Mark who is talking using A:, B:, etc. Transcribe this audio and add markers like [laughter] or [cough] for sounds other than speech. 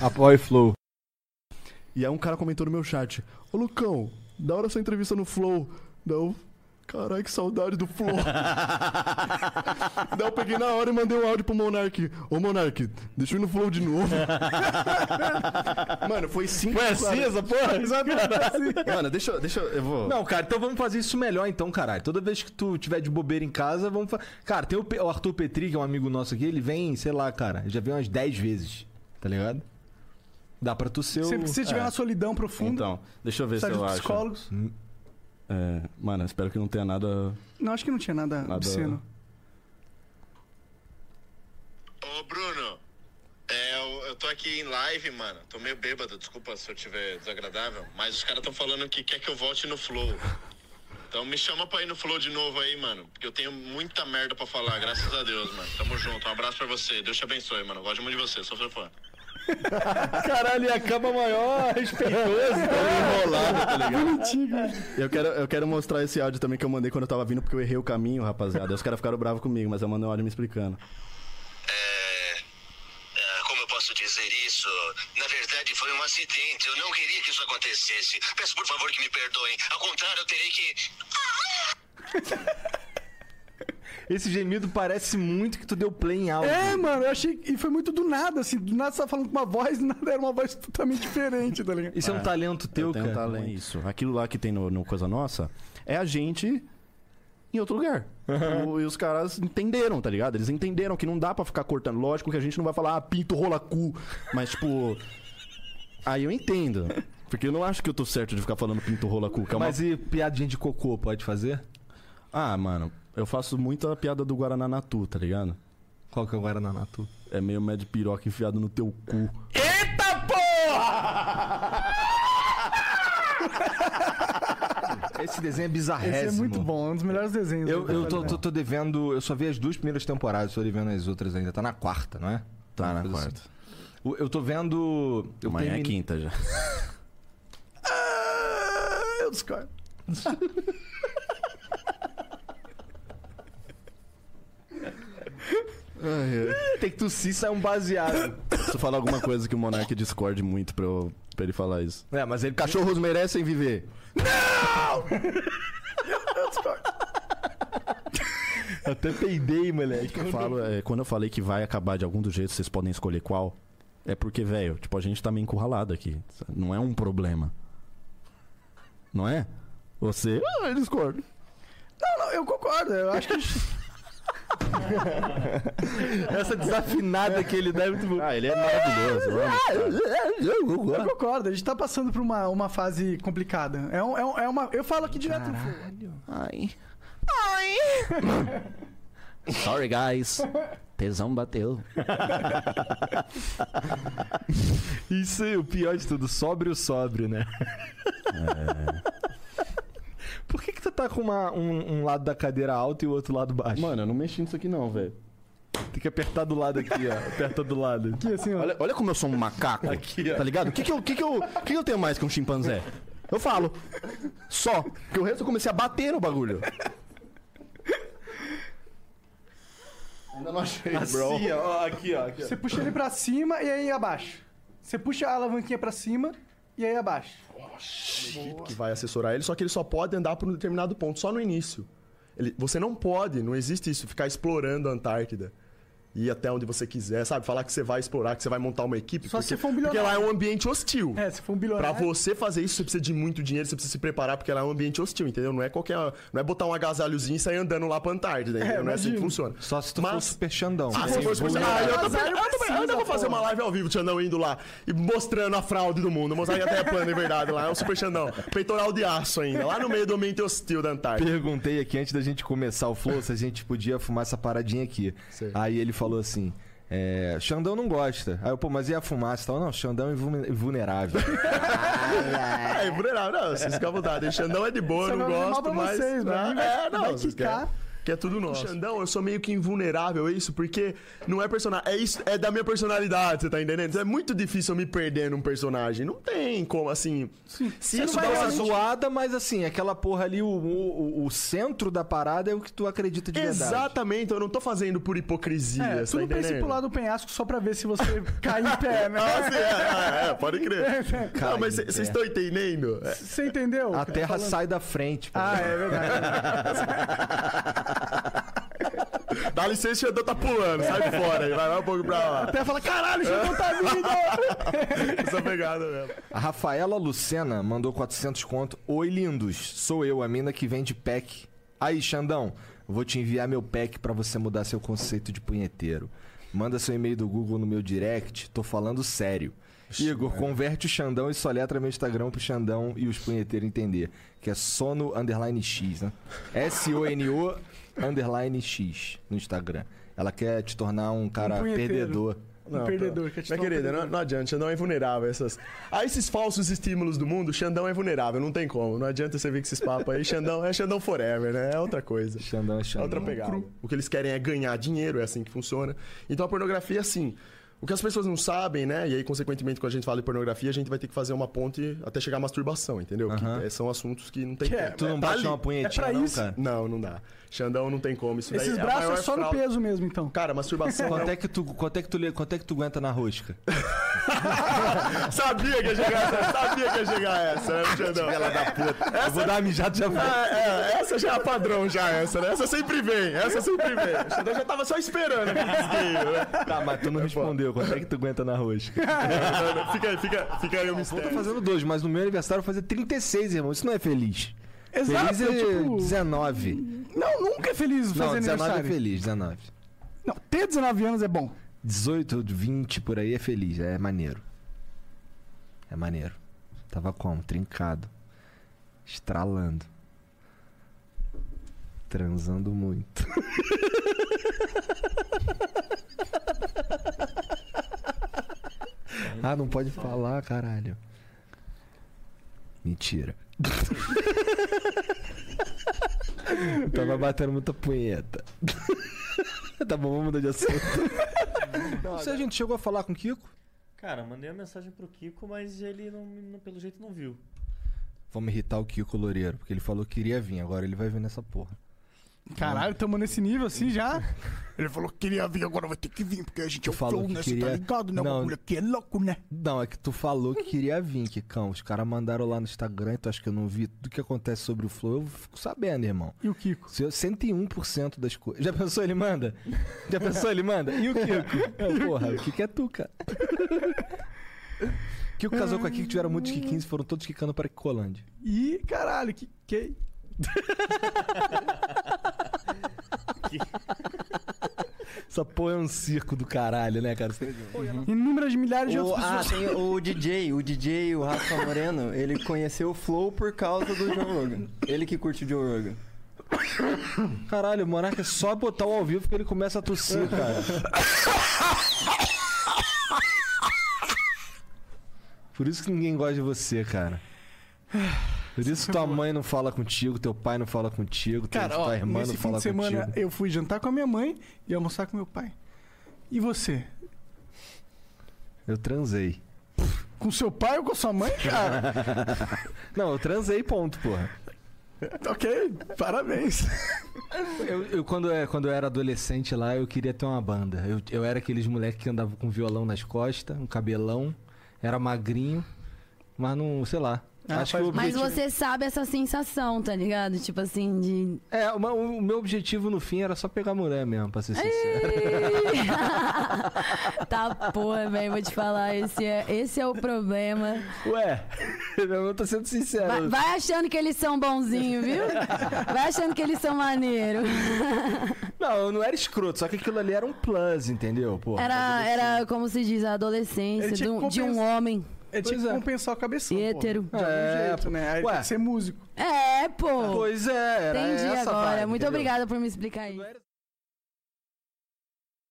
A: A Power Flow.
B: E aí um cara comentou no meu chat: Ô Lucão, da hora essa entrevista no Flow. Não. Caralho, que saudade do [laughs] Flow. Daí eu peguei na hora e mandei um áudio pro Monark. Ô Monark, deixa eu ir no Flow de [laughs] novo. Mano, foi cinco
C: Foi assim
B: horas.
C: essa porra?
B: Mano, deixa, eu- deixa eu. eu vou.
C: Não, cara, então vamos fazer isso melhor então, caralho. Toda vez que tu tiver de bobeira em casa, vamos fa... Cara, tem o, Pe- o Arthur Petri, que é um amigo nosso aqui, ele vem, sei lá, cara, já vem umas 10 vezes, tá ligado? Dá pra tu ser o...
D: Se, se tiver
C: é.
D: uma solidão profunda,
B: Então, deixa eu ver
D: sai
B: se eu
D: dos
B: acho.
D: psicólogos.
B: É, mano, espero que não tenha [laughs] nada.
D: Não, acho que não tinha nada,
B: Nada-
D: obsceno.
E: Ô, Bruno, é, eu, eu tô aqui em live, mano. Tô meio bêbado, desculpa se eu tiver desagradável. Mas os caras tão falando que quer que eu volte no Flow. Então me chama pra ir no Flow de novo aí, mano. Porque eu tenho muita merda pra falar, graças a Deus, mano. Tamo junto, um abraço pra você. Deus te abençoe, mano. Eu Gosto muito de você, sou seu fã.
C: Caralho, e acaba maior, respeitoso.
B: Enrolado, tá ligado? Eu quero, eu quero mostrar esse áudio também que eu mandei quando eu tava vindo, porque eu errei o caminho, rapaziada. Aí Os caras ficaram bravos comigo, mas eu mandei um áudio me explicando.
E: É, como eu posso dizer isso? Na verdade, foi um acidente. Eu não queria que isso acontecesse. Peço por favor que me perdoem. Ao contrário, eu terei que.
C: Esse gemido parece muito que tu deu play em alto.
D: É, mano, eu achei. E foi muito do nada, assim. Do nada você tava falando com uma voz, [laughs] do nada era uma voz totalmente diferente, tá ligado?
C: Isso é um talento teu,
B: eu tenho
C: cara.
B: talento. Isso. Aquilo lá que tem no, no Coisa Nossa é a gente em outro lugar. O- e os caras entenderam, tá ligado? Eles entenderam que não dá pra ficar cortando. Lógico que a gente não vai falar, ah, pinto, rola, cu. Mas, tipo... aí eu entendo. Porque eu não acho que eu tô certo de ficar falando pinto, rola, cu. Que é uma...
C: Mas e piadinha de cocô, pode fazer?
B: Ah, mano, eu faço muita piada do Guaraná Natu, tá ligado?
C: Qual que é o Guaraná Natu?
B: É meio médio piroca enfiado no teu cu.
C: Esse desenho é
D: Esse
C: bizarrésimo.
D: é muito bom, é um dos melhores desenhos.
C: Eu,
D: da
C: eu tô,
D: atualidade.
C: tô- tô devendo. Eu só vi as duas primeiras temporadas, tô devendo as outras ainda. Tá na quarta, não é?
B: Tá na
C: Coisa assim.
B: quarta.
C: O- Eu tô vendo. Eu
B: Amanhã é
C: terminei-
B: quinta já.
D: Ah, eu discordo.
C: [laughs] Tem que tossir sai um baseado.
B: Se eu falar alguma coisa que o Monark discorde muito pra, eu- pra ele falar isso.
C: é, mas ele.
B: Cachorros merecem viver.
C: [laughs] Até peidei, moleque.
B: Eu falo, é, quando eu falei que vai acabar de algum do jeito, vocês podem escolher qual. É porque, velho, tipo, a gente tá meio encurralado aqui. Não é um problema. Não é? Você. Ah, eu discordo.
D: Não, não, eu concordo. Eu acho que.
C: Essa desafinada que ele dá é muito boa.
B: Ah, ele é maravilhoso.
D: Eu concordo. A gente tá passando por uma, uma fase complicada. É, um, é, um- é uma. Eu falo aqui direto no fogo.
B: Ai. Ai. Sorry, guys. Tesão bateu.
C: Isso aí, o pior de tudo, sóbrio, sóbrio, né? É. [laughs] Por que, que tu tá com uma- um, um lado da cadeira alto e o outro lado baixo?
B: Mano, eu não mexi nisso aqui não, velho.
C: tem que apertar do lado aqui, ó. Aperta do lado.
D: Aqui, assim, ó.
B: Olha, olha como eu sou um macaco,
C: Aqui, ó.
B: tá ligado? O que que, eu, o que, que, eu, o que que eu tenho mais que um chimpanzé? Eu falo. Só. Porque o resto eu comecei a bater no bagulho. Ainda não achei, bro.
C: Assim, ó, aqui, ó. Aqui, ó.
D: Você puxa ele pra cima e aí abaixo. Você puxa a alavanquinha pra cima e aí abaixo.
F: que vai assessorar ele, só que ele só pode andar por um determinado ponto, só no início. Ele- você não pode, não existe isso, ficar explorando a Antártida. Ir até onde você quiser, sabe? Falar que você vai explorar, que você vai montar uma equipe.
D: Só
F: porque,
D: se for um
F: Porque
D: bilionário.
F: lá é um ambiente hostil.
D: É, se for um
F: Pra
D: bilionário.
F: você fazer isso, você precisa de muito dinheiro, você precisa se preparar, porque lá é um ambiente hostil, entendeu? Não é qualquer. Não é botar um agasalhozinho e sair andando lá pra Antártida, entendeu? não é assim que funciona.
C: Só se tu
F: Mas-
C: for super Xandão.
F: Ah, se for especial. Ah, eu também. Eu também. Eu ainda vou fazer uma live ao vivo, Xandão, indo lá e mostrando a fraude do mundo. Mostrar que a Terra é plana, é verdade. Lá é o Super Xandão. Peitoral de aço ainda. Lá no meio do ambiente hostil da Antártida.
C: Perguntei aqui antes da gente começar o flow se a gente podia fumar essa paradinha aqui. Aí ele falou assim. É, Xandão não gosta. Aí eu, pô, mas e a fumaça e tal? Não, Xandão é invulne- vulnerável. [laughs]
F: É, é vulnerável. Não, vocês ficam à vontade. Xandão é de boa,
D: Isso
F: eu não
D: vai fazer mal
F: gosto,
D: pra
F: mas.
D: vocês, mano.
F: Ah, É, não.
D: Vai
F: vocês
D: quicar.
F: querem- Que é tudo nosso. Xandão, eu sou meio que invulnerável a isso, porque não é personagem. É, isso, é da minha personalidade, você tá entendendo? Então é muito difícil eu me perder num personagem. Não tem como, assim. Se
C: Isso
F: não
C: dá
F: vai
C: uma
F: realmente-
C: zoada, mas assim, aquela porra ali, o, o, o centro da parada é o que tu acredita de verdade.
F: Exatamente, eu não tô fazendo por hipocrisia.
D: É,
F: você tá
D: tudo pra esse
F: entendendo?
D: pular do penhasco só pra ver se você cai em pé, né?
F: [laughs] Ah, sim, é, é, é,
D: [laughs]
F: pode crer.
C: Cai,
F: não, mas
C: é.
F: vocês estão entendendo? É,
D: Você entendeu?
C: A terra sai da frente. pô.
D: Ah, é verdade.
F: Dá licença, Xandão tá pulando, sai fora aí, vai, vai um pouco pra lá.
D: Até fala, caralho, você não tá vindo!
F: Essa pegada mesmo.
C: A Rafaela Lucena mandou 400 conto. Oi, lindos. Sou eu, a mina que vende pack. Aí, Xandão, vou te enviar meu pack pra você mudar seu conceito de punheteiro. Manda seu e-mail do Google no meu direct. Tô falando sério. Igor, converte o Xandão e soletra meu Instagram pro Xandão e os punheteiros entender. Que é sono underline X, né? S-O-N-O underline X no Instagram. Ela quer te tornar um cara
D: punheteiro.
C: perdedor.
D: Um perdedor,
F: pronto.
D: que é titular
F: Minha querida,
D: perdedor.
F: não, não adianta, Xandão é vulnerável. Essas... A esses falsos estímulos do mundo, Xandão é vulnerável, não tem como. Não adianta você vir com esses papos aí. Xandão é Xandão forever, né? É outra coisa.
C: Xandão é
D: Então,
F: É
C: Xandão.
F: outra pegada. O que eles querem é ganhar dinheiro, é assim que funciona. Então a pornografia, assim. O que as pessoas não sabem, né? E aí, consequentemente, quando a gente fala de pornografia, a gente vai ter que fazer uma ponte até chegar à masturbação, entendeu? Que é- são assuntos que não tem
D: Que é,
F: como.
C: Tu não
F: Tá
C: bate
F: ali.
C: uma punhetinha,
D: É pra
C: não,
D: isso.
C: cara?
F: Não, não dá. Xandão não tem como. Isso né? daí
D: Esses
F: a
D: braços
F: maior
D: é só no
F: fraude-
D: peso mesmo, então. [laughs]
F: Cara, masturbação.
C: Quanto
F: é
C: é que tu, quanto é que tu, lê- quanto é que tu aguenta na rosca?
F: um- Sabia que ia chegar essa, sabia que ia chegar
D: [laughs]
F: essa, né, Xandão?
D: é
C: Eu vou dar uma mijada já vai.
F: Ah, é, essa já é a padrão, já essa, né? Essa sempre vem, essa sempre vem. O Xandão já tava só esperando aquele desvio, né?
C: Tá, mas tu não respondeu. Quanto é que tu aguenta na
D: É.
C: rosca?
F: Não, não, Fica aí, fica, fica aí o
C: Eu tô
F: mistério.
C: fazendo dois, mas no meu aniversário eu vou fazer 36, irmão. Isso não é feliz.
D: Exato,
C: feliz é
D: tipo-
C: 19.
D: Não, nunca é feliz
C: Não,
D: fazer
C: 19 é
D: aniversário.
C: feliz, 19.
D: Não, ter 19 anos é bom.
C: 18, 20 por aí é feliz, é maneiro. É maneiro. Tava como? Trincado. Estralando. Transando muito. ah, não pode falar, caralho. Mentira. Tava batendo muita punheta. [laughs] tá bom, vamos mudar de assunto. Isso a gente chegou a falar com o Kiko?
A: Cara, mandei uma mensagem pro Kiko, mas ele não, não- pelo jeito não viu.
C: Vamos irritar o Kiko Loureiro, porque ele falou que iria vir, agora ele vai vir nessa porra.
D: Caralho, tamo nesse nível assim já?
G: [laughs] Ele falou que queria vir, agora vai ter que vir, porque a gente é
C: Tu
G: o
C: falou
G: flow,
C: que
G: né?
C: queria-
G: Você tá ligado, né?
C: Não.
G: O bagulho aqui é louco, né?
C: Não, é que tu falou que queria vir, Kikão. Os caras mandaram lá no Instagram, tu acha que eu não vi tudo que acontece sobre o Flow, eu fico sabendo, irmão.
D: E o Kiko?
C: Se eu- 101% das coisas. Já pensou ele manda? Já pensou ele manda? E o Kiko? Porra, o Kiko [laughs] é tu, cara. Kiko casou com a Kiko, tiveram muitos Kikins, foram todos quicando para Kikolândia.
D: Ih, caralho, que. que...
C: Essa porra é um circo do caralho, né, cara?
D: Inúmeras milhares de
H: O,
D: outras
H: ah,
D: pessoas.
H: tem o DJ, o DJ, o Rafa Moreno, ele conheceu o Flow por causa do Joe Rogan. Ele que curte o Joe Rogan.
C: Caralho, o Monarca é só botar o ao vivo que ele começa a tossir, cara. Por isso que ninguém gosta de você, cara. Por isso que tua mãe não fala contigo, teu pai não fala contigo, tua-
D: Cara,
C: tua
D: ó,
C: irmã não
D: nesse fim
C: fala
D: de semana
C: contigo.
D: eu fui jantar com a minha mãe e almoçar com meu pai. E você?
C: Eu transei.
D: Com seu pai ou com sua mãe, cara?
C: [laughs] Não, eu transei, ponto, porra.
D: ok, parabéns.
C: Eu, eu- quando, é- quando eu era adolescente lá, eu queria ter uma banda. Eu, eu era aqueles moleques que andavam com violão nas costas, um cabelão, era magrinho, mas não, sei lá.
D: Ah,
C: acho que o
I: Mas
C: objetivo-
I: você sabe essa sensação, tá ligado? Tipo assim, de.
C: É, o, meu- o meu objetivo no fim era só pegar mulher mesmo, pra ser sincero.
I: [laughs] tá porra, velho, vou te falar. Esse é, esse é o problema.
C: Ué, [laughs] eu tô sendo
I: Vai,
C: sincero.
I: vai achando que eles são bonzinhos, viu? Vai achando que eles são maneiros.
C: Não, eu não era escroto, só que aquilo ali era um plus, entendeu? Pô,
I: Era,
C: assim.
I: era como se diz, a
D: Ele
I: adolescência
D: tinha
I: de um,
D: que
I: de um
D: compensar.
I: homem
D: Eu tinha
C: Pois
D: que
C: é.
D: tipo compensar o cabeção. pô.
I: hétero.
C: É,
D: De algum jeito,
C: pô.
D: né? Aí
C: Ué.
D: tem que ser músico.
I: É, pô.
C: Pois é, era
I: Entendi
C: essa
I: agora.
C: vibe,
I: Muito
C: entendeu?
I: obrigada por me explicar isso.